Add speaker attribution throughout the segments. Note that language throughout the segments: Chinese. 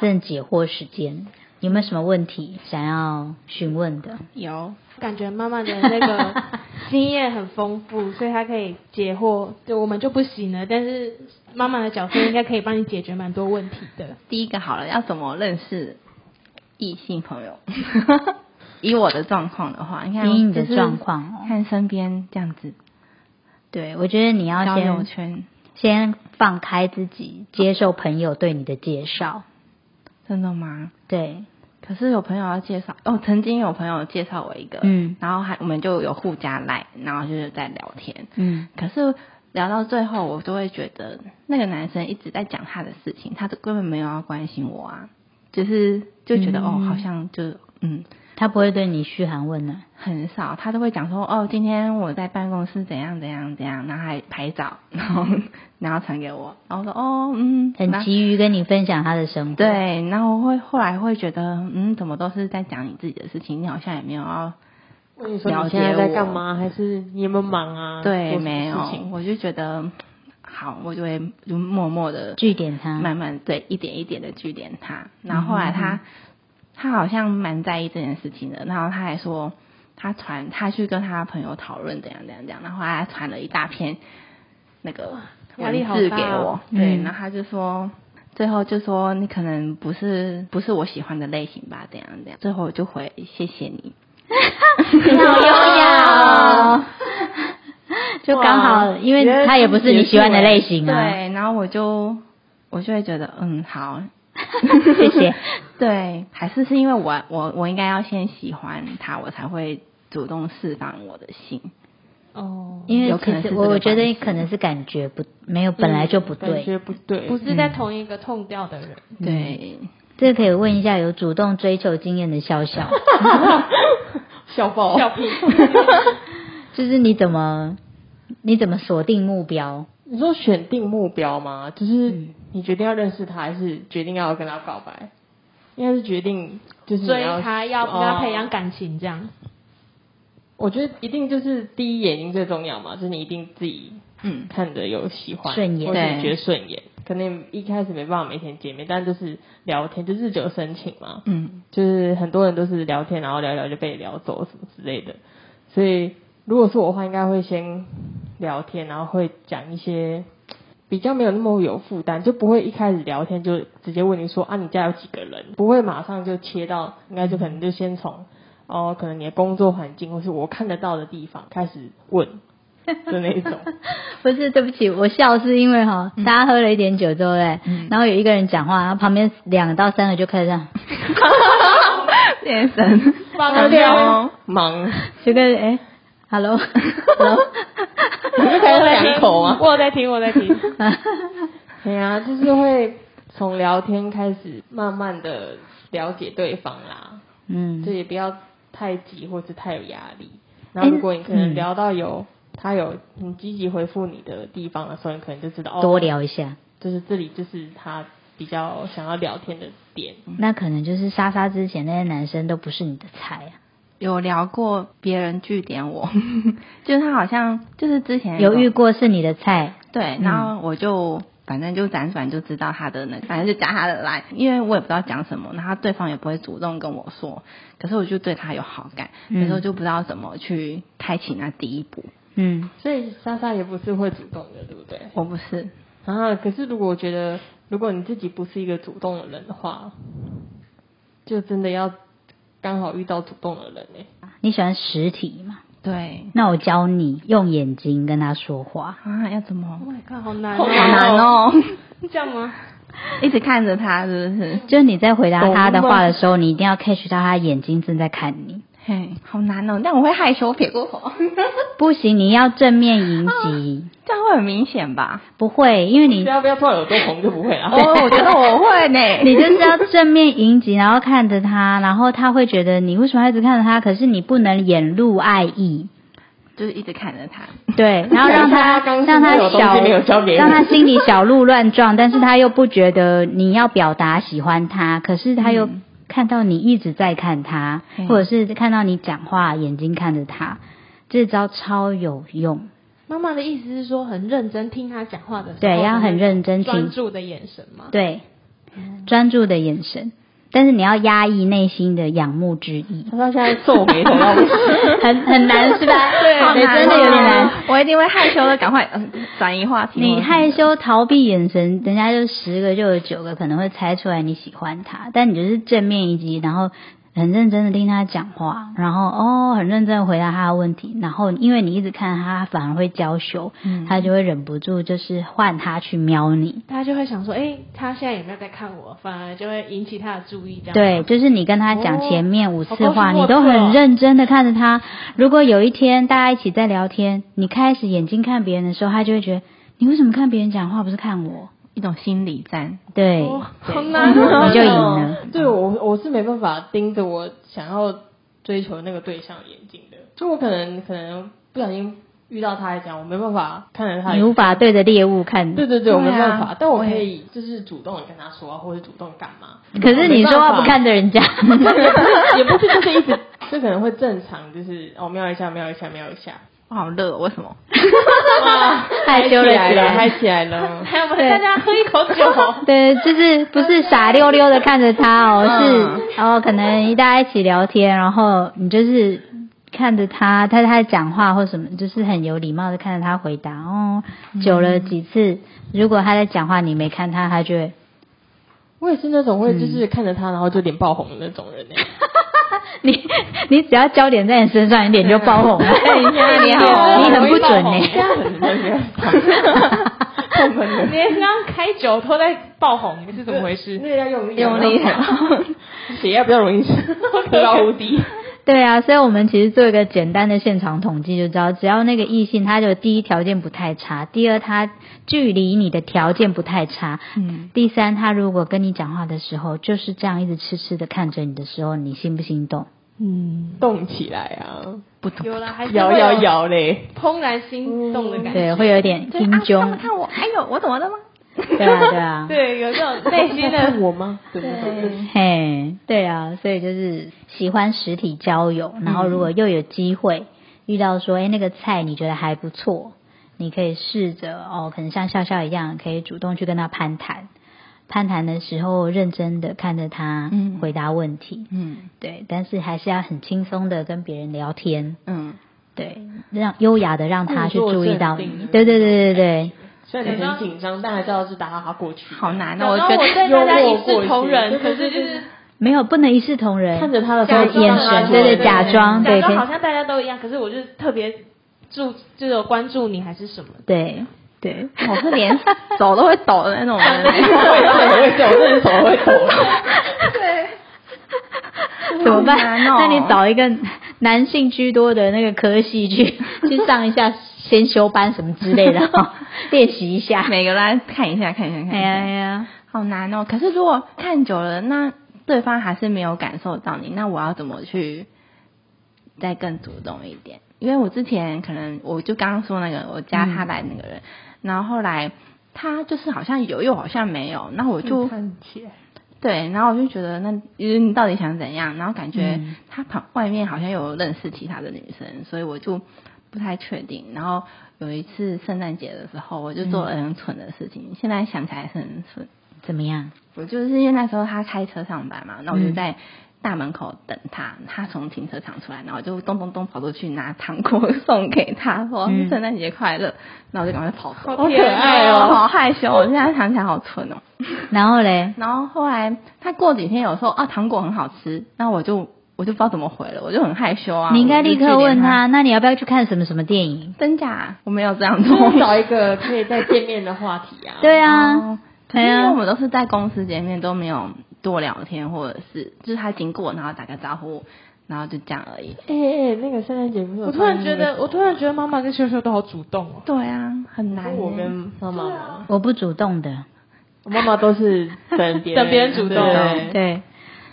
Speaker 1: 证解惑时间，有没有什么问题想要询问的？
Speaker 2: 有感觉妈妈的那个经验很丰富，所以她可以解惑，就我们就不行了。但是妈妈的角色应该可以帮你解决蛮多问题的。
Speaker 3: 第一个好了，要怎么认识异性朋友？ 以我的状况的话，你看，
Speaker 1: 以你的状况哦
Speaker 3: 看身边这样子
Speaker 1: 对，我觉得你要
Speaker 3: 交友
Speaker 1: 先
Speaker 3: 圈，
Speaker 1: 先放开自己，接受朋友对你的介绍。
Speaker 3: 真的吗？
Speaker 1: 对，
Speaker 3: 可是有朋友要介绍，哦，曾经有朋友介绍我一个，
Speaker 1: 嗯
Speaker 3: 然后还我们就有互加赖，然后就是在聊天，
Speaker 1: 嗯
Speaker 3: 可是聊到最后，我就会觉得那个男生一直在讲他的事情，他都根本没有要关心我啊，只是就觉得、
Speaker 1: 嗯
Speaker 3: 哦，好像就嗯
Speaker 1: 他不会对你嘘寒问暖。
Speaker 3: 很少，他都会讲说哦，今天我在办公室怎样怎样怎样，然后还拍照，然后 然后传给我，然后说哦嗯，
Speaker 1: 很
Speaker 3: 那
Speaker 1: 急于跟你分享他的生活。，
Speaker 3: 对，然后我会后来会觉得嗯，怎么都是在讲你自己的事情，你好像也没有要
Speaker 4: 问你说
Speaker 3: 了
Speaker 4: 你
Speaker 3: 解
Speaker 4: 现在在干嘛，还是你有没有忙啊？
Speaker 3: 对
Speaker 4: 做什么
Speaker 3: 没有
Speaker 4: 事情，
Speaker 3: 我就觉得好，我就会就默默的
Speaker 1: 据点
Speaker 4: 嗯
Speaker 1: 他。
Speaker 3: 慢慢对一点一点的去点他，然后后来
Speaker 4: 嗯
Speaker 3: 他、他好像蛮在意这件事情的，然后他还说他传他去跟他朋友讨论怎样怎样怎样，然后后来他传了一大篇那个
Speaker 4: 压力
Speaker 3: 文
Speaker 4: 好
Speaker 3: 字给
Speaker 4: 大
Speaker 3: 我
Speaker 4: 哦，
Speaker 3: 对，
Speaker 1: 嗯
Speaker 3: 然后他就说。最后就说你可能不是不是我喜欢的类型吧，怎样怎样。最后我就回谢谢你，
Speaker 1: 好优雅哦！ 就刚好，因为他也不是你喜欢的类型啊。
Speaker 3: 对，然后我就我就会觉得嗯好，
Speaker 1: 谢谢。
Speaker 3: 对，还是是因为我我我应该要先喜欢他，我才会主动释放我的心。
Speaker 4: 哦，
Speaker 1: 因为
Speaker 3: 有可
Speaker 1: 其
Speaker 3: 能是
Speaker 1: 实
Speaker 3: 这
Speaker 1: 我
Speaker 3: 个
Speaker 1: 我觉得
Speaker 3: 关系
Speaker 1: 可能是感觉不没有，本来就不
Speaker 4: 感
Speaker 1: 对。
Speaker 4: 觉不对，嗯
Speaker 2: 不是在同一个痛调的人，
Speaker 1: 嗯
Speaker 3: 对，
Speaker 1: 这可以问一下有主动追求经验的笑 笑，
Speaker 4: 笑爆，笑 屁。
Speaker 1: 就是你怎么你怎么锁定目标？
Speaker 4: 你说选定目标吗？就是你决定要认识他，还是决定要跟他告白？应该是决定就是你
Speaker 2: 所以他要跟他培。
Speaker 4: 哦
Speaker 2: 养感情这样。
Speaker 4: 我觉得一定就是第一眼睛最重要嘛，就是你一定自己
Speaker 3: 嗯，
Speaker 4: 看着有喜欢
Speaker 1: 顺眼
Speaker 4: 或者
Speaker 3: 对
Speaker 4: 你觉得顺眼。可能一开始没办法每天见面，但就是聊天，就日久生情嘛。
Speaker 3: 嗯，
Speaker 4: 就是很多人都是聊天，然后聊一聊就被聊走什么之类的。所以如果是我的话，应该会先聊天，然后会讲一些比较没有那么有负担，就不会一开始聊天就直接问你说啊你家有几个人，不会马上就切到，应该就可能就先从哦可能你的工作环境或是我看得到的地方开始问的那一种。
Speaker 1: 不是，对不起，我笑是因为哈，大家喝了一点酒之后嘞，然后有一个人讲话，然后旁边两到三个就开始这样，
Speaker 3: 眼神
Speaker 2: 哦
Speaker 4: 放
Speaker 2: 啊
Speaker 4: 掉忙，
Speaker 1: 就跟哎，hello hello，
Speaker 4: 你是才在两口吗？
Speaker 2: 我有在听，我有在听。
Speaker 4: 对啊，就是会从聊天开始，慢慢的了解对方啦，
Speaker 1: 嗯
Speaker 4: 就，也不要太急或是太有压力。
Speaker 2: 哎
Speaker 4: 然后如果你可
Speaker 1: 嗯
Speaker 4: 能聊到有、他有很积极回复你的地方的时候，你可能就知道
Speaker 1: 多
Speaker 4: 哦，
Speaker 1: 聊一下，
Speaker 4: 就是这里就是他比较想要聊天的点。
Speaker 1: 那可能就是莎莎之前那些男生都不是你的菜啊
Speaker 3: 有聊过别人据点我， 就是他好像就是之
Speaker 1: 啊，
Speaker 3: 前
Speaker 1: 有遇过是你的菜，
Speaker 3: 对，然后我就。反正就辗转就知道他的那，反正就加他的 line，因为我也不知道讲什么，然后对方也不会主动跟我说，可是我就对他有好感，可
Speaker 1: 嗯
Speaker 3: 是我就不知道怎么去开启那第一步。
Speaker 1: 嗯，
Speaker 4: 所以莎莎也不是会主动的，对不对？
Speaker 3: 我不是，
Speaker 4: 啊，可是如果我觉得，如果你自己不是一个主动的人的话，就真的要刚好遇到主动的人欸呢、
Speaker 3: 嗯
Speaker 1: 你喜欢实体嘛？
Speaker 3: 对
Speaker 1: 那我教你用眼睛跟他说话，
Speaker 3: 啊，要怎么
Speaker 2: Oh my god，好
Speaker 4: 啊
Speaker 2: 难
Speaker 3: 好
Speaker 2: 哦，
Speaker 3: 难哦，
Speaker 2: 这样吗？
Speaker 3: 一直看着他是不是？
Speaker 1: 就是你在回答他的
Speaker 4: 懂
Speaker 1: 话
Speaker 4: 吗
Speaker 1: 的时候，你一定要 catch 到他眼睛正在看你。
Speaker 3: 嘿，好难哦，但我会害羞撇过头，
Speaker 1: 不行，你要正面迎击。
Speaker 3: 这样会很明显吧？
Speaker 1: 不会，因为你
Speaker 4: 不要不要突然有多红就不会
Speaker 3: 哦，
Speaker 4: 啊。
Speaker 3: 我觉得我会呢。
Speaker 1: 你就是要正面迎击，然后看着他，然后他会觉得你为什么要一直看着他？可是你不能眼露爱意，
Speaker 3: 就是一直看着他，
Speaker 1: 对，然后让 他
Speaker 4: 刚刚
Speaker 1: 让他
Speaker 4: 是不是有东
Speaker 1: 小
Speaker 4: 西没有交给我
Speaker 1: 让他心里小鹿乱撞，但是他又不觉得你要表达喜欢他，可是他又看到你一直在看他，
Speaker 3: 嘿
Speaker 1: 或者是看到你讲话，眼睛看着他，这招超有用。
Speaker 2: 妈妈的意思是说，很认真听他讲话的时候，
Speaker 1: 对要很认真听
Speaker 2: 专注的眼神嘛。
Speaker 1: 对，专注的眼神，但是你要压抑内心的仰慕之 意，
Speaker 4: 他说现在皱眉头 到不行，
Speaker 1: 很很难是吧？
Speaker 3: 好
Speaker 1: 对
Speaker 3: 难
Speaker 1: 真的有点
Speaker 3: 哦
Speaker 1: 难。，
Speaker 3: 我一定会害羞的，赶快嗯转移话题。
Speaker 1: 你害羞逃避眼神，人家就十个就有九个可能会猜出来你喜欢他，但你就是正面一击，然后哦很认真的听他讲话，然后哦很认真的回答他的问题，然后因为你一直看他，反而会娇羞，他就会忍不住就是换他去瞄你。
Speaker 2: 大家就会想说，哎、他现在有没有在看我？反而就会引起他的注意，这样
Speaker 1: 对，就是你跟他讲前面五
Speaker 2: 好
Speaker 1: 次
Speaker 2: 高
Speaker 1: 话，
Speaker 2: 深
Speaker 1: 你
Speaker 2: 莫
Speaker 1: 都
Speaker 2: 测
Speaker 1: 很
Speaker 2: 哦
Speaker 1: 认真的看着他。如果有一天大家一起在聊天，你开始眼睛看别人的时候，他就会觉得你为什么看别人讲话，不是看我？
Speaker 3: 一种心理战，
Speaker 1: 对，
Speaker 2: 好难
Speaker 1: 我
Speaker 2: 哦，
Speaker 1: 你就赢了。
Speaker 4: 对我，我是没办法盯着我想要追求那个对象的眼睛的，就我可能可能不小心遇到他来讲，我没办法看着他的
Speaker 1: 你
Speaker 4: 眼睛。
Speaker 1: 无法对着猎物看。
Speaker 4: 对对对，我没
Speaker 3: 对啊
Speaker 4: 办法，但我可
Speaker 3: 我也
Speaker 4: 以就是主动的跟他说啊，或者主动干嘛。
Speaker 1: 可是你说话不
Speaker 4: 看。
Speaker 1: 看着人家，
Speaker 4: 也不是就是一直，就可能会正常，就是哦瞄一下瞄一下瞄一下，
Speaker 3: 我好热，哦为 什么？
Speaker 1: 害羞
Speaker 4: 起
Speaker 1: 了
Speaker 4: 来
Speaker 1: 起
Speaker 4: 了，
Speaker 1: 来
Speaker 4: 嗨。起来了。
Speaker 2: 还有我们大家喝一口 酒，
Speaker 1: 对，就是不是傻溜溜的看着他哦，
Speaker 3: 嗯
Speaker 1: 是然后可能大家一起聊天，然后你就是看着他，他他讲话或什么，就是很有礼貌的看着他回答哦。久了几次，如果他在讲话你没看他，他就会
Speaker 4: 我也是那种会就是看着他，然后就脸爆红的那种人欸呢。
Speaker 1: 嗯你你只要焦点在你身上，你脸就爆红了。哎你好，你很不准欸呢、
Speaker 4: 现在很那个，痛喷的
Speaker 2: 你刚刚开酒都在爆红，你是怎么回 事？
Speaker 4: 那个要用力，
Speaker 3: 用力
Speaker 4: 很，血压比较容易忽高忽低。
Speaker 1: 对啊，所以我们其实做一个简单的现场统计就知道，只要那个异性他的第一条件不太差，第二他距离你的条件不太差，
Speaker 3: 嗯，
Speaker 1: 第三他如果跟你讲话的时候就是这样一直痴痴的看着你的时候，你心不心动？
Speaker 2: 嗯，
Speaker 4: 动起来啊，
Speaker 3: 不懂。
Speaker 2: 有了，还是
Speaker 4: 摇
Speaker 2: 会有
Speaker 4: 摇，摇嘞！
Speaker 2: 怦然心动的感
Speaker 1: 对，
Speaker 2: 觉。
Speaker 1: 会有点
Speaker 3: 对啊
Speaker 1: 心
Speaker 3: 他
Speaker 1: 中
Speaker 3: 们，看我，哎呦，我怎么了吗？
Speaker 1: 对啊，对啊，
Speaker 2: 对，有这种内 心
Speaker 4: 在看
Speaker 2: 的
Speaker 4: 我吗？对对对，
Speaker 1: 嘿，对啊，所以就是喜欢实体交友，然后
Speaker 4: 嗯
Speaker 1: 如果又有机会遇到说，哎，那个菜你觉得还不错，你可以试着哦，可能像笑笑一样，可以主动去跟他攀谈。攀谈的时候，认真的看着他
Speaker 3: 嗯
Speaker 1: 回答问题，
Speaker 3: 嗯
Speaker 1: 对，但是还是要很轻松的跟别人聊天，
Speaker 3: 嗯，
Speaker 1: 对，让优雅的让他去
Speaker 4: 故作
Speaker 1: 注意
Speaker 4: 镇
Speaker 1: 到
Speaker 4: 定
Speaker 1: 你
Speaker 4: 的，
Speaker 1: 对
Speaker 4: 那
Speaker 1: 对
Speaker 4: 种
Speaker 1: 对对对，
Speaker 4: 虽然你很紧张，但还是要是打哈哈过去。
Speaker 3: 好难
Speaker 2: 然
Speaker 3: 哦，
Speaker 2: 后
Speaker 3: 我觉
Speaker 2: 我对
Speaker 3: 得
Speaker 2: 大家
Speaker 4: 幽默
Speaker 2: 一
Speaker 4: 过
Speaker 2: 视同
Speaker 4: 去
Speaker 2: 仁，
Speaker 4: 对
Speaker 2: 可
Speaker 4: 对
Speaker 2: 是就
Speaker 4: 对
Speaker 2: 是啊
Speaker 1: 没有不能一视同仁，
Speaker 4: 看着他的时
Speaker 1: 假
Speaker 4: 候，
Speaker 1: 装眼神，对对，假装，对，
Speaker 2: 假
Speaker 1: 跟
Speaker 2: 装好像大家都一样，可是我就是特别注，就是有关注你还是什么。
Speaker 1: 对对，
Speaker 3: 我是连走都会抖的那种 人。
Speaker 4: 我也是，我真的手会抖。
Speaker 1: 怎么办？
Speaker 3: 好难哦
Speaker 1: 那你找一个男性居多的那个科系去 去上一下先修班什么之类的、哦，练习一下。
Speaker 3: 啊每个来看一下，看一下，
Speaker 1: 哎呀
Speaker 3: 看
Speaker 1: 哎
Speaker 3: 一下，
Speaker 1: 呀，
Speaker 3: 好难哦。可是如果看久了，那对方还是没有感受到你，那我要怎么去再更主动一点？因为我之前可能我就刚刚说那个我加他来那个人，然后后来他就是好像有，又好像没有，那我就
Speaker 4: 看起来，
Speaker 3: 对，然后我就觉得那就是你到底想怎样？然后感觉他旁外面好像有认识其他的女生，所以我就不太确定。然后有一次圣诞节的时候，我就做了很蠢的事情，现在想起来是很蠢。
Speaker 1: 怎么样？
Speaker 3: 我就是因为那时候他开车上班嘛，那我就在大门口等他，他从停车场出来，然后我就咚咚咚跑出去拿糖果 送给他，说
Speaker 1: 嗯
Speaker 3: 圣诞节快乐，然后我就赶快跑
Speaker 2: 好
Speaker 3: 走。
Speaker 2: 可爱哦
Speaker 3: 好害羞！我现在想起来好蠢哦。
Speaker 1: 然后嘞，
Speaker 3: 然后后来他过几天有说啊糖果很好吃，那我就我就不知道怎么回了，我就很害羞啊。
Speaker 1: 你应该
Speaker 3: 我就
Speaker 1: 立
Speaker 3: 去
Speaker 1: 刻
Speaker 3: 连
Speaker 1: 问
Speaker 3: 他，
Speaker 1: 他，那你要不要去看什么什么电影？
Speaker 3: 真假？我没有这样做。
Speaker 4: 就是找一个可以再见面的话题啊。
Speaker 1: 对啊
Speaker 3: 哦，可是因
Speaker 1: 哎
Speaker 3: 为
Speaker 1: 呀
Speaker 3: 我们都是在公司见面，都没有多聊天，或者是就是他经过然后打个招呼，然后就这样而已。
Speaker 4: 哎哎，那个圣诞节不是有
Speaker 2: 我突然
Speaker 4: 放
Speaker 2: 觉
Speaker 4: 那个
Speaker 2: 得，我突然觉得妈妈跟秀秀都好主动哦。
Speaker 3: 对啊，很难耶。
Speaker 4: 我
Speaker 1: 欸
Speaker 4: 跟妈妈嘛，
Speaker 1: 我不主动的，
Speaker 4: 我妈妈都是等别人
Speaker 2: 等别人主动
Speaker 4: 对
Speaker 1: 对。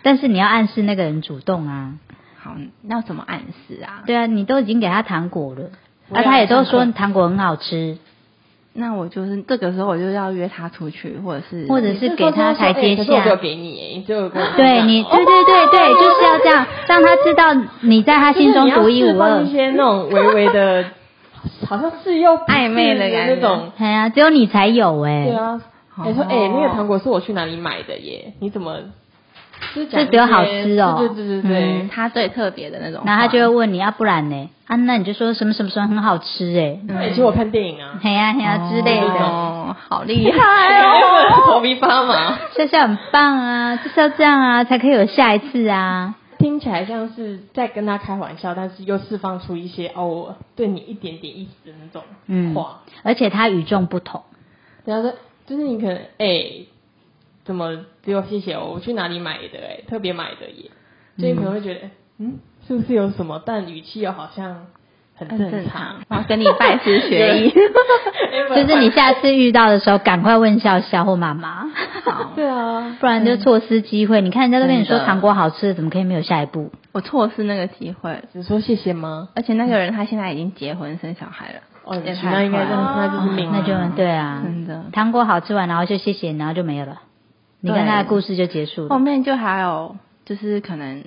Speaker 1: 但是你要暗示那个人主动啊，
Speaker 3: 好，那要怎么暗示啊？
Speaker 1: 对啊，你都已经给他糖果了，
Speaker 4: 我
Speaker 1: 啊，
Speaker 4: 也
Speaker 1: 他也都
Speaker 4: 要
Speaker 1: 说
Speaker 4: 看
Speaker 1: 糖果很好吃，
Speaker 3: 那我就是这个时候我就要约他出去，或者是
Speaker 1: 或者是给他台阶
Speaker 4: 哎可是我
Speaker 1: 下
Speaker 4: 没有。给你耶，你只有给我看
Speaker 1: 对你，对对对
Speaker 4: 哦
Speaker 1: 对，就是要这样，让他知道你在他心中独一无
Speaker 4: 就是你要释
Speaker 1: 二
Speaker 4: 放一。些那种微微的，好像是又不是
Speaker 3: 暧昧的感觉
Speaker 4: 那种，
Speaker 1: 哎呀，只有你才有哎、
Speaker 4: 对啊，你说，哎、那个糖果是我去哪里买的耶？你怎么？就讲一些
Speaker 1: 这只有好吃哦
Speaker 4: 对对对对对，
Speaker 3: 嗯，它最特别的那种话，
Speaker 1: 然后他就会问你，啊，不然呢？啊，那你就说什么什么什么很好吃哎，
Speaker 4: 哎、请我看电影啊！
Speaker 1: 嘿呀嘿呀之类的，
Speaker 3: 哦，好 厉害
Speaker 4: 哎
Speaker 3: 哦
Speaker 4: 呦，
Speaker 3: 头皮发麻。
Speaker 1: 笑笑很棒啊，就是要这样啊，才可以有下一次啊。
Speaker 4: 听起来像是在跟他开玩笑，但是又释放出一些哦，我对你一点点意思的那种
Speaker 1: 嗯
Speaker 4: 话。，
Speaker 1: 而且他与众不同，
Speaker 4: 然后说，就是你可能哎、怎么只有谢谢哦我去哪里买的哎、特别买的耶，所以你可能会觉得，嗯，是不是有什么？但语气又好像很
Speaker 3: 很
Speaker 4: 正
Speaker 3: 正
Speaker 4: 常 哎
Speaker 3: 常，我要跟你拜师学 艺。
Speaker 1: 就是你下次遇到的时候，赶快问笑笑或妈妈，
Speaker 4: 对啊，
Speaker 1: 不然就错失机会。你看人家都跟你说
Speaker 3: 真的
Speaker 1: 糖果好吃，怎么可以没有下一步？
Speaker 3: 我错失那个机会，
Speaker 4: 只说谢谢吗？
Speaker 3: 而且那个人他现在已经结婚生小孩了，
Speaker 4: 哦，
Speaker 3: 也太
Speaker 4: 那应该
Speaker 3: 快
Speaker 4: 这样，
Speaker 3: 了
Speaker 4: 哦那就是命、
Speaker 1: 那就对啊，
Speaker 3: 嗯真的
Speaker 1: 糖果好吃完，然后就谢谢，然后就没有了。你跟
Speaker 3: 对哦
Speaker 1: 他的故事就结束
Speaker 3: 后
Speaker 1: 了。
Speaker 3: 面就还有就是可能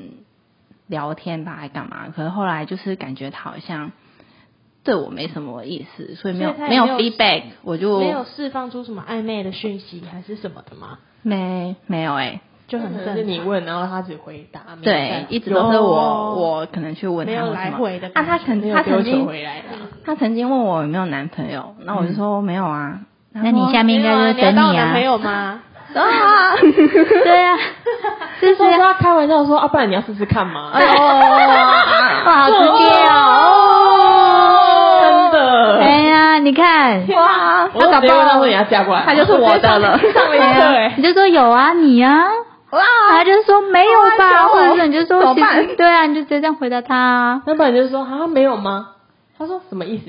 Speaker 3: 聊天吧，还干嘛？可是后来就是感觉他好像对我没什么意思，所以没有
Speaker 2: 所以他也
Speaker 3: 没有
Speaker 2: 没有
Speaker 3: feedback，我就
Speaker 2: 没有释放出什么暧昧的讯息还是什么的吗？
Speaker 3: 没没有哎、
Speaker 2: 就很正
Speaker 4: 是
Speaker 2: 常。
Speaker 4: 你问，然后他只回答，没有在
Speaker 3: 对，一直都是
Speaker 4: 有
Speaker 3: 我
Speaker 4: 哦
Speaker 3: 我可能去问他
Speaker 2: 没有
Speaker 3: 或
Speaker 2: 来
Speaker 3: 什么
Speaker 2: 回的
Speaker 3: 啊，
Speaker 2: 感
Speaker 3: 他
Speaker 2: 觉
Speaker 3: 曾
Speaker 4: 没有
Speaker 3: 他
Speaker 4: 丢
Speaker 3: 曾
Speaker 4: 球
Speaker 3: 经
Speaker 4: 回来啦。
Speaker 3: 他曾经问我有没有男朋友，那
Speaker 2: 嗯
Speaker 3: 我就说没有啊。
Speaker 1: 那你下面
Speaker 3: 面
Speaker 1: 应该就是
Speaker 2: 没有
Speaker 1: 等
Speaker 2: 啊你要当我
Speaker 1: 你
Speaker 2: 男
Speaker 1: 啊
Speaker 2: 朋，友吗？
Speaker 3: 啊，
Speaker 1: 对啊，
Speaker 4: 就是他开玩笑说啊，不然你要试试看嘛。哎
Speaker 1: 哇，
Speaker 4: 啊
Speaker 1: 好直接
Speaker 3: 啊
Speaker 4: 哦
Speaker 1: 哦，
Speaker 4: 真的
Speaker 1: 哎呀，你看，
Speaker 3: 哇，
Speaker 4: 我直接问他说你要嫁过来吗，
Speaker 3: 他就是我的了，
Speaker 4: 上了一课
Speaker 1: 哎呀
Speaker 4: 哎，
Speaker 1: 你就说有啊，你啊，
Speaker 3: 哇，
Speaker 1: 他就说没有吧，
Speaker 3: 好害
Speaker 1: 或
Speaker 3: 羞哦
Speaker 1: 者是你就
Speaker 3: 怎
Speaker 1: 说其
Speaker 3: 么办
Speaker 1: 实对啊，你就直接这样回答他啊。
Speaker 4: 那不然就是说啊没有吗？他说什么意思？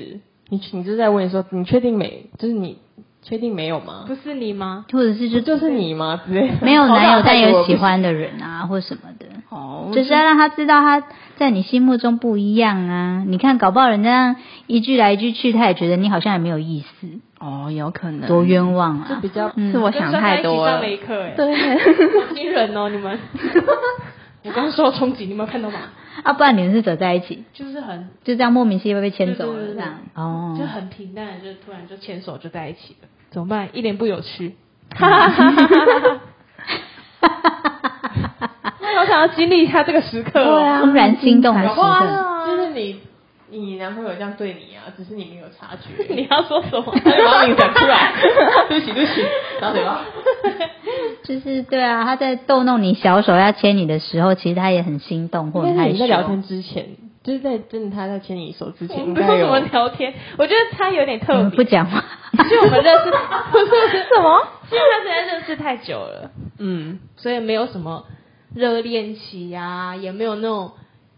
Speaker 4: 你你就是在问说你确定没？就是你确定没有吗？
Speaker 2: 不是你吗？
Speaker 1: 或者是就
Speaker 4: 就是你吗？之类的
Speaker 1: 没有男友但有喜。
Speaker 4: 好
Speaker 1: 欢的人啊，或什么的，
Speaker 3: 哦，
Speaker 1: 就是要让他知道他在你心目中不一样啊。你看，搞不好人家一句来一句去，他也觉得你好像也没有意
Speaker 2: 嗯
Speaker 1: 思，
Speaker 3: 哦，有可能
Speaker 1: 多冤枉啊！
Speaker 4: 比较
Speaker 1: 嗯
Speaker 3: 是我想太多
Speaker 2: 跟，上一起上
Speaker 3: 了
Speaker 2: 了一课，哎，
Speaker 3: 对，
Speaker 2: 好惊人哦，你们。我刚受冲击，你们有看到吗？
Speaker 1: 啊，不然你们是走在一起，
Speaker 2: 就是很
Speaker 1: 就这样莫名其妙被牵走了
Speaker 2: 对对对
Speaker 1: 这
Speaker 2: 对
Speaker 1: 样哦
Speaker 2: 就。很平淡的，就突然就牵手就在一起了，怎么办？一脸不有趣。我好想要经历一下这个时刻
Speaker 3: 对
Speaker 2: 哦。
Speaker 3: 啊
Speaker 1: 突然心动的时
Speaker 3: 搞不好
Speaker 1: 刻，
Speaker 4: 就是你你男朋友这样对你啊，只是你没有察觉。
Speaker 2: 你要说什么？
Speaker 4: 他就 把你讲出来，对不起对不起，然后对 吧？
Speaker 1: 就是对啊，他在逗弄你小手要牵你的时候，其实他也很心动或
Speaker 4: 但
Speaker 1: 很
Speaker 4: 是
Speaker 1: 害羞。
Speaker 4: 你在聊天之前，就是在真的他在牵你手之
Speaker 2: 我
Speaker 4: 前，
Speaker 2: 们
Speaker 4: 应
Speaker 2: 不
Speaker 4: 该
Speaker 2: 用怎
Speaker 4: 有
Speaker 2: 么 聊天，我觉得他有点
Speaker 1: 你
Speaker 2: 特
Speaker 1: 们嗯不
Speaker 2: 别，
Speaker 1: 讲话，
Speaker 2: 就我们认识不是什么，因为他实在认识太久了，
Speaker 4: 嗯，
Speaker 2: 所以没有什么热恋期啊，也没有那种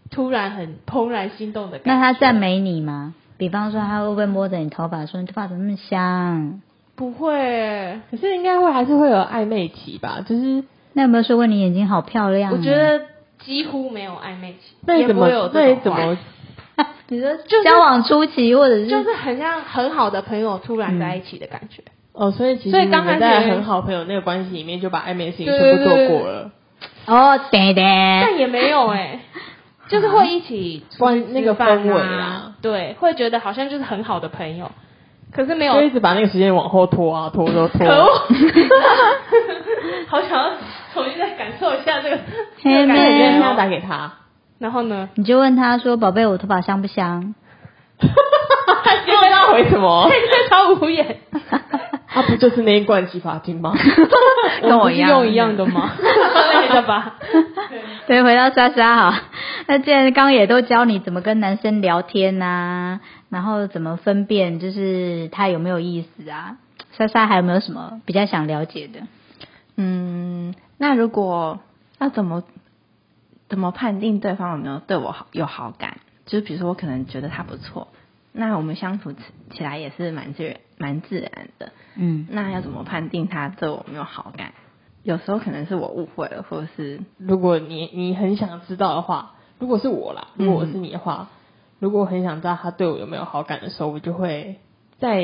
Speaker 2: 突然很怦然心动的感觉。
Speaker 1: 那他赞美你吗？比方说，他会不会摸着你头发说：“你头发怎么那么香
Speaker 2: 不会，
Speaker 4: 可是应该会还是会有暧昧期吧？就是？”
Speaker 1: 那有没有说问你眼睛好漂亮啊？
Speaker 2: 我觉得几乎没有暧昧期，
Speaker 4: 那你
Speaker 2: 也
Speaker 4: 怎
Speaker 2: 不
Speaker 4: 么
Speaker 2: 会有
Speaker 4: 那
Speaker 2: 这
Speaker 4: 你
Speaker 2: 种
Speaker 4: 怎
Speaker 2: 话
Speaker 4: 么 嗯
Speaker 1: 你说
Speaker 2: 就是
Speaker 1: 交往初期或者是
Speaker 2: 就是很像很好的朋友突然在一起的感觉。
Speaker 4: 哦？所以其实
Speaker 2: 所以
Speaker 4: 你
Speaker 2: 刚
Speaker 4: 们
Speaker 2: 开始
Speaker 4: 在很好朋友那个关系里面，就把暧昧的事情
Speaker 2: 对
Speaker 4: 全部做
Speaker 2: 对对
Speaker 4: 过了。
Speaker 1: 哦，对对，
Speaker 2: 但也没有哎、 就是会一起出去
Speaker 4: 关那个
Speaker 2: 吃饭
Speaker 4: 氛围
Speaker 2: 啊
Speaker 4: 啊，
Speaker 2: 对，会觉得好像就是很好的朋友，可是没有
Speaker 4: 就一直把那个时间往后拖啊拖拖拖。
Speaker 2: 可恶， 好想要重新再感受一下 这个这个
Speaker 1: 嘿
Speaker 2: 感
Speaker 4: 那你今天
Speaker 2: 觉
Speaker 4: 要打
Speaker 2: 哦。
Speaker 4: 给 他，
Speaker 2: 然后呢，
Speaker 1: 你就问他说：“宝贝，我头发香不香
Speaker 4: 他今天要回什 么？
Speaker 2: 对超无言，
Speaker 4: 他啊不就是那一罐洗发 精吗？
Speaker 3: 跟我
Speaker 2: 不
Speaker 3: 一
Speaker 2: 是
Speaker 3: 样，
Speaker 2: 用一样的 吗？对的 吧？？”
Speaker 1: 对，回到莎莎好。 那既然刚刚也都教你怎么跟男生聊天呐、然后怎么分辨就是他有没有意思啊，莎莎还有没有什么比较想了解的？
Speaker 3: 嗯，那如果要怎么怎么判定对方有没有对我好有好感？就是比如说，我可能觉得他不错，那我们相处起起来也是蛮自然、蛮自然的。
Speaker 1: 嗯，
Speaker 3: 那要怎么判定他对我有没有好感？有时候可能是我误会了，或者是
Speaker 4: 如果你你很想知道的话，如果是我啦，
Speaker 1: 嗯
Speaker 4: 如果我是你的话，如果我很想知道他对我有没有好感的时候，我就会在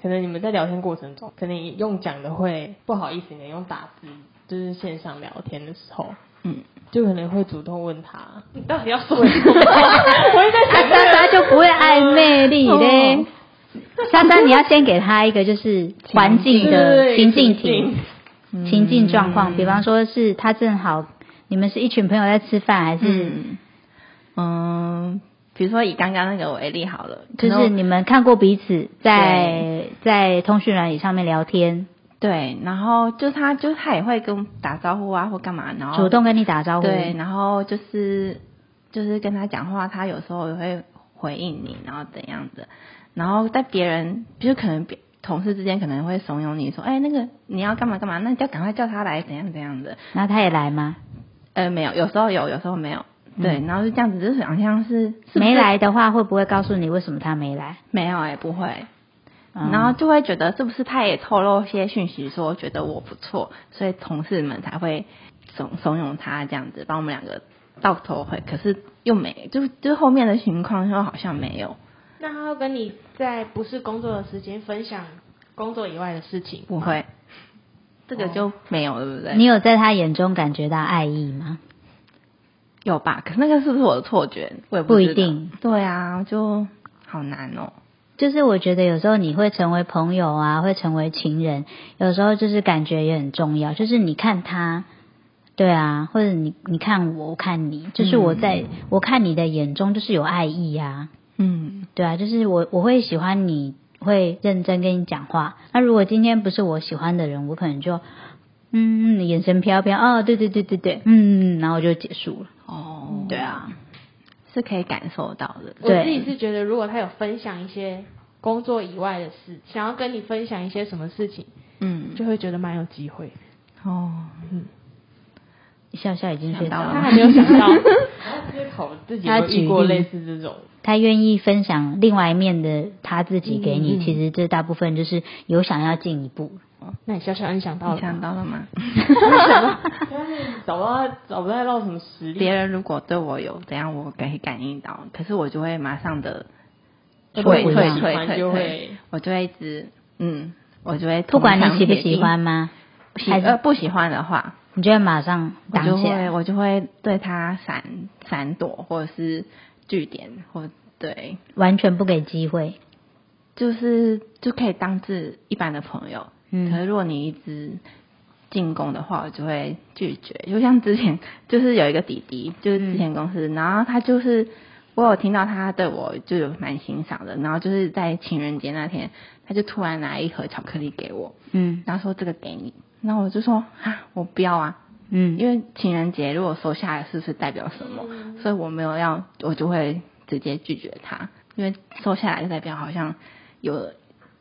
Speaker 4: 可能你们在聊天过程中，可能你用讲的会不好意思，你用打字就是线上聊天的时候，
Speaker 3: 嗯，
Speaker 4: 就可能会主动问 他，
Speaker 2: 你 到底要说什么？我也在
Speaker 1: 啊，莎莎就不会暧昧力嘞。
Speaker 3: 哦
Speaker 1: 下单你要先给他一个就是环境的情境题、
Speaker 3: 嗯
Speaker 1: 情境状况，比方说是他正好你们是一群朋友在吃饭，还是
Speaker 3: 嗯嗯，比如说以刚刚那个为例好了，可
Speaker 1: 就
Speaker 3: 能
Speaker 1: 是你们看过彼此在
Speaker 3: 对
Speaker 1: 在通讯软体上面聊天，
Speaker 3: 对，然后就他就他也会跟我打招呼啊，或干嘛，然后
Speaker 1: 主动跟你打招呼，
Speaker 3: 对，然后就是就是跟他讲话，他有时候也会回应你，然后怎样的，然后在别人就是可能别同事之间可能会怂恿你说，哎，那个你要干嘛干嘛，那你就赶快叫他来怎样怎样的，
Speaker 1: 然后他也来吗？
Speaker 3: 呃，没有，有时候有，有时候没有，对，然后就这样子，就是好像是是不
Speaker 1: 嗯没
Speaker 3: 是
Speaker 1: 来的话，会不会告诉你为什么他没来？
Speaker 3: 没有哎、不会，
Speaker 1: 嗯
Speaker 3: 然后就会觉得是不是他也透露一些讯息，说觉得我不错，所以同事们才会怂怂恿他这样子，帮我们两个到头会，可是又没，就就后面的情况又好像没有，
Speaker 2: 那他会跟你在不是工作的时间分享工作以外的事情？
Speaker 3: 不会，这个就没有，对不对？
Speaker 1: 你有在他眼中感觉到爱意吗？
Speaker 3: 有吧？可是那个是不是我的错觉？我也不
Speaker 1: 不一
Speaker 3: 知道
Speaker 1: 定。
Speaker 3: 对啊，就好难哦。
Speaker 1: 就是我觉得有时候你会成为朋友啊，会成为情人，有时候就是感觉也很重要。就是你看他，对啊，或者你你看我，我看你，就是我在、我看你的眼中就是有爱意啊，
Speaker 3: 嗯，
Speaker 1: 对啊，就是我我会喜欢你，会认真跟你讲话。那如果今天不是我喜欢的人，我可能就嗯嗯眼神飘飘，哦，对对对对对，嗯，嗯然后就结束了。
Speaker 3: 哦，对啊，是可以感受到的。
Speaker 2: 我自己
Speaker 1: 对，
Speaker 2: 是觉得，如果他有分享一些工作以外的事，想要跟你分享一些什么事情，
Speaker 3: 嗯，
Speaker 2: 就会觉得蛮有 机会。
Speaker 3: 哦，
Speaker 1: 笑笑已经睡着
Speaker 3: 想
Speaker 2: 他
Speaker 3: 到
Speaker 1: 了
Speaker 3: 了。
Speaker 2: 还没有想 到，
Speaker 4: 思考自己有没有遇过类似这种，
Speaker 1: 他愿意分享另外一面的他自己给
Speaker 3: 嗯
Speaker 1: 你，其实这大部分就是有想要进一步。
Speaker 2: 那你小小你想到
Speaker 3: 你
Speaker 2: 了吗？
Speaker 3: 想到了 吗？
Speaker 4: 找不到找不太到什么实力
Speaker 3: 别，人如果对我有怎样，我可以感应到，可是我就会马上的退
Speaker 1: 不
Speaker 3: 退
Speaker 1: 一
Speaker 3: 退
Speaker 1: 样
Speaker 3: 退
Speaker 4: 就
Speaker 3: 退
Speaker 4: 会
Speaker 3: 我就会一直嗯，我就会
Speaker 1: 不管
Speaker 3: 同
Speaker 1: 你
Speaker 3: 场
Speaker 1: 喜不
Speaker 3: 铁定
Speaker 1: 喜欢，吗？
Speaker 3: 喜
Speaker 1: 还是
Speaker 3: 呃不喜欢的话，
Speaker 1: 你就会马上
Speaker 3: 我就
Speaker 1: 挡起
Speaker 3: 会
Speaker 1: 来。
Speaker 3: 我就会对他闪闪躲，或者是据点，或对，
Speaker 1: 完全不给机会。
Speaker 3: 就是就可以当是一般的朋友。
Speaker 1: 嗯
Speaker 3: 可是如果你一直进攻的话，我就会拒绝。就像之前，就是有一个弟弟，就是之前公司，然后他就是我有听到他对我就有蛮欣赏的，然后就是在情人节那天，他就突然拿一盒巧克力给我，
Speaker 1: 嗯
Speaker 3: 然后说这个给你，然后我就说啊，我不要啊，
Speaker 1: 嗯，
Speaker 3: 因为情人节如果收下来，是不是代表什么？
Speaker 4: 嗯
Speaker 3: 所以我没有要，我就会直接拒绝他，因为收下来就代表好像有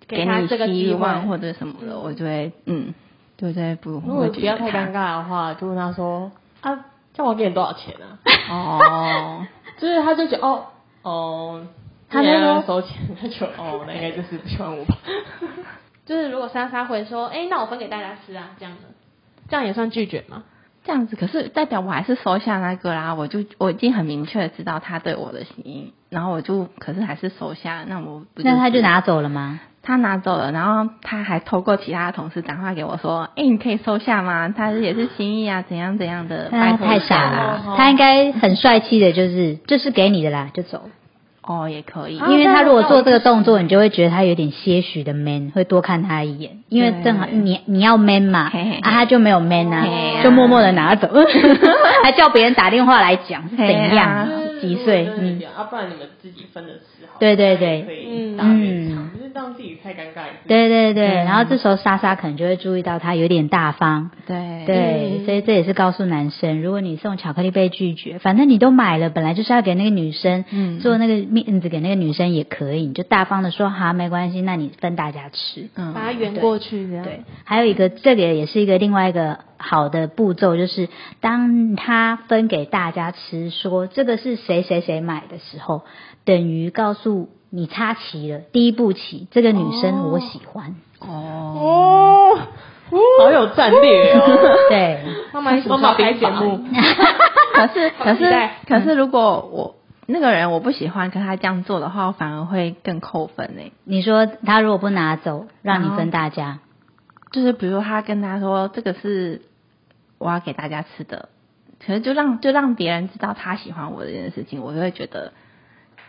Speaker 2: 给他
Speaker 3: 你
Speaker 2: 这个
Speaker 3: 希
Speaker 2: 机
Speaker 3: 望
Speaker 2: 会
Speaker 3: 或者什么的，我就会嗯，就会不
Speaker 4: 如
Speaker 3: 不
Speaker 4: 果
Speaker 3: 会
Speaker 4: 不
Speaker 3: 拒
Speaker 4: 要太
Speaker 3: 绝
Speaker 4: 尴
Speaker 3: 他。
Speaker 4: 尬的话，就问他说啊，叫我给你多少钱啊？
Speaker 3: 哦，
Speaker 4: 就是他就觉得哦哦，
Speaker 1: 他
Speaker 4: 既然
Speaker 1: 那时候
Speaker 4: 要收钱，他就哦，那应该就是不喜欢我吧。
Speaker 2: 就是如果莎莎回说，哎、那我分给大家吃啊，这样的，这样也算拒绝吗？
Speaker 3: 这样子，可是代表我还是收下那个啦，我就我已经很明确地知道他对我的心意，然后我就可是还是收下，那我不
Speaker 1: 那他就是拿走了吗？
Speaker 3: 他拿走了，然后他还透过其他的同事打电话给我说：“哎、你可以收下吗？他也是心意啊，怎样怎样的。”
Speaker 1: 那他
Speaker 3: 拜托一
Speaker 1: 哎太
Speaker 3: 下
Speaker 1: 傻
Speaker 3: 啦。
Speaker 1: 了，他应该很帅气的，就是这是给你的啦，就走。
Speaker 3: 哦，也可以，
Speaker 1: 因为他如果做这个动作，你就会觉得他有点些许的 man，会多看他一眼，因为正好你你要 man 嘛，
Speaker 3: 嘿嘿嘿
Speaker 1: 啊他就没有 man
Speaker 3: 嘿
Speaker 1: 啊，
Speaker 3: 呀
Speaker 1: 就默默的拿 走，还叫别人打电话来讲是怎样啊
Speaker 3: 嘿呀
Speaker 1: 几岁，嗯
Speaker 4: 嗯，啊，不然你们自己分着吃好。
Speaker 1: 对对对
Speaker 4: 可以打圆场，就是让自己太尴尬。也是
Speaker 1: 对对对，然后这时候莎莎可能就会注意到他有点大方，
Speaker 3: 对
Speaker 1: 对，所以这也是告诉男生，如果你送巧克力被拒绝，反正你都买了，本来就是要给那个女生，
Speaker 3: 嗯
Speaker 1: 做那个面子给那个女生也可以，你就大方的说好没关系，那你分大家吃，
Speaker 3: 嗯
Speaker 2: 把它圆过去，这样。
Speaker 1: 对，还有一个，这个也是一个另外一个好的步骤，就是当他分给大家吃，说这个是谁谁谁买的时候，等于告诉你插旗了，第一步棋，这个女生我喜欢。
Speaker 3: 哦，
Speaker 4: 哦，好有战略哦。
Speaker 1: 对，
Speaker 2: 妈妈，你什么时候开节目？
Speaker 3: 可是
Speaker 2: 好
Speaker 3: 可
Speaker 2: 期
Speaker 3: 是
Speaker 2: 待
Speaker 3: 可是，如果我那个人我不喜欢，可他这样做的话，我反而会更扣分欸呢。
Speaker 1: 你说他如果不拿走，让你分大家，
Speaker 3: 就是比如说他跟他说这个是我要给大家吃的，可是就让就让别人知道他喜欢我这件事情，我就会觉得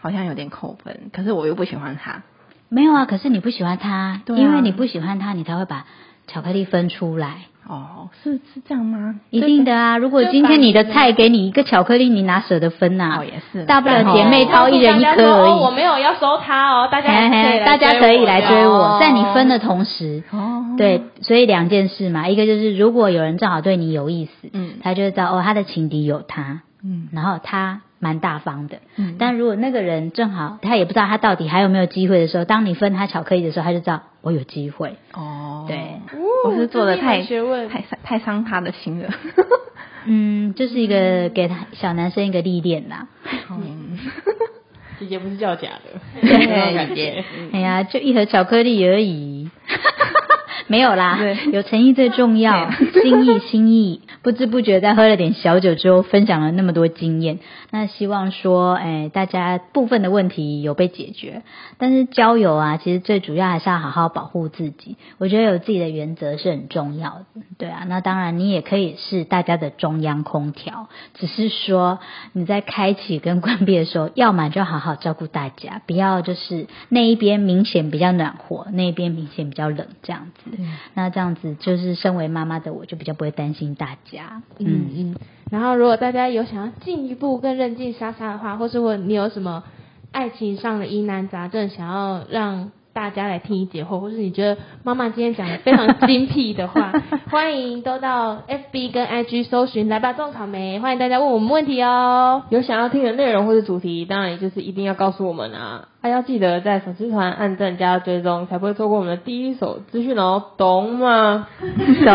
Speaker 3: 好像有点扣分，可是我又不喜欢他。
Speaker 1: 没有啊，可是你不喜欢他，
Speaker 3: 对啊
Speaker 1: 因为你不喜欢他，你才会把巧克力分出来。
Speaker 3: 哦，是是这样吗？
Speaker 1: 一定的啊！如果今天你的菜给你一个巧克力，你哪舍得分呐、
Speaker 3: 哦也是
Speaker 1: 大不了
Speaker 3: 然后
Speaker 1: 姐妹
Speaker 2: 哦
Speaker 1: 掏一人一颗而
Speaker 2: 哦，我
Speaker 1: 已。
Speaker 2: 没有要收他哦，大家
Speaker 1: 嘿
Speaker 2: 可以
Speaker 1: 嘿
Speaker 2: 来
Speaker 1: 大家可以来追我
Speaker 3: 哦，
Speaker 1: 在你分的同时，
Speaker 3: 哦，
Speaker 1: 对，所以两件事嘛，一个就是如果有人正好对你有意思，
Speaker 3: 嗯
Speaker 1: 他就会知道哦，他的情敌有他，
Speaker 3: 嗯
Speaker 1: 然后他蛮大方的，
Speaker 3: 嗯
Speaker 1: 但如果那个人正好他也不知道他到底还有没有机会的时候，当你分他巧克力的时候，他就知道我有机会。
Speaker 3: 哦，
Speaker 1: 对，
Speaker 3: 我是做的
Speaker 2: 这是一门
Speaker 3: 太
Speaker 2: 学问
Speaker 3: 太伤太伤他的心 了。
Speaker 1: 嗯，就是一个给他小男生一个历练啦。
Speaker 3: 嗯，
Speaker 4: 姐姐不是叫假的，
Speaker 3: 对，姐，
Speaker 1: 哎呀，就一盒巧克力而已， 没有啦，
Speaker 3: 对
Speaker 1: 有诚意最重要，心意心意。不知不觉在喝了点小酒之后，分享了那么多经验，那希望说，哎，大家部分的问题有被解决，但是交友啊，其实最主要还是要好好保护自己。我觉得有自己的原则是很重要的，对啊。那当然，你也可以是大家的中央空调，只是说你在开启跟关闭的时候，要么就好好照顾大家，不要就是那一边明显比较暖和，那一边明显比较冷这样子。那这样子就是身为妈妈的我就比较不会担心大家。
Speaker 2: 嗯，嗯，然后如果大家有想要进一步更认进莎莎的话，或是问你有什么爱情上的疑难杂症，想要让大家来听你解惑，或是你觉得妈妈今天讲的非常精辟的话， 欢迎都到 FB 跟 IG 搜寻来吧种草莓，欢迎大家问我们问题哦。
Speaker 4: 有想要听的内容或是主题，当然也就是一定要告诉我们啊！啊，要记得在粉丝团按赞加追踪，才不会错过我们的第一手资讯哦，懂吗？
Speaker 1: 懂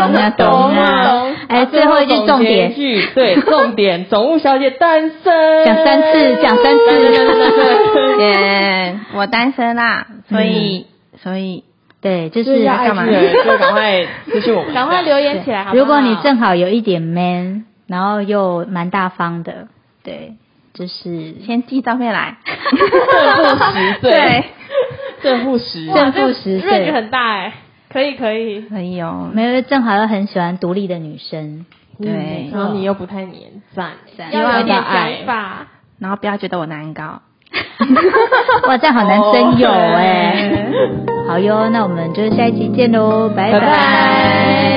Speaker 1: 啊懂啊
Speaker 4: 懂！
Speaker 1: 哎，
Speaker 4: 啊
Speaker 1: 最后一句重点
Speaker 4: 总结，句，对，重点，总务小姐诞生，
Speaker 1: 讲三次，讲 三 次。
Speaker 3: 耶，我单身啦，所以所以
Speaker 1: 对，就
Speaker 4: 就是
Speaker 1: 是
Speaker 4: 要爱
Speaker 3: 干嘛
Speaker 4: 情的人就赶快私讯我们，
Speaker 2: 赶快留言起来，好不好？
Speaker 1: 如果你正好有一点 man，然后又蛮大方的，对，就是
Speaker 3: 先寄照片 来。
Speaker 4: 正负十岁
Speaker 3: 对，
Speaker 4: 正负十，
Speaker 1: 正负十
Speaker 2: 润
Speaker 1: 岁，
Speaker 2: 很大哎、可以可以，
Speaker 3: 可以哦，
Speaker 1: 没有正好又很喜欢独立的女生，
Speaker 3: 对，
Speaker 4: 然后你又不太黏，赞，
Speaker 1: 赞
Speaker 2: 要有
Speaker 4: 大
Speaker 2: 点
Speaker 4: 爱
Speaker 2: 想法。
Speaker 3: 然后不要觉得我难搞。
Speaker 1: 哇，这样好男生有
Speaker 4: 哦
Speaker 1: 哎、好哟，那我们就下一集见喽，拜
Speaker 4: 拜拜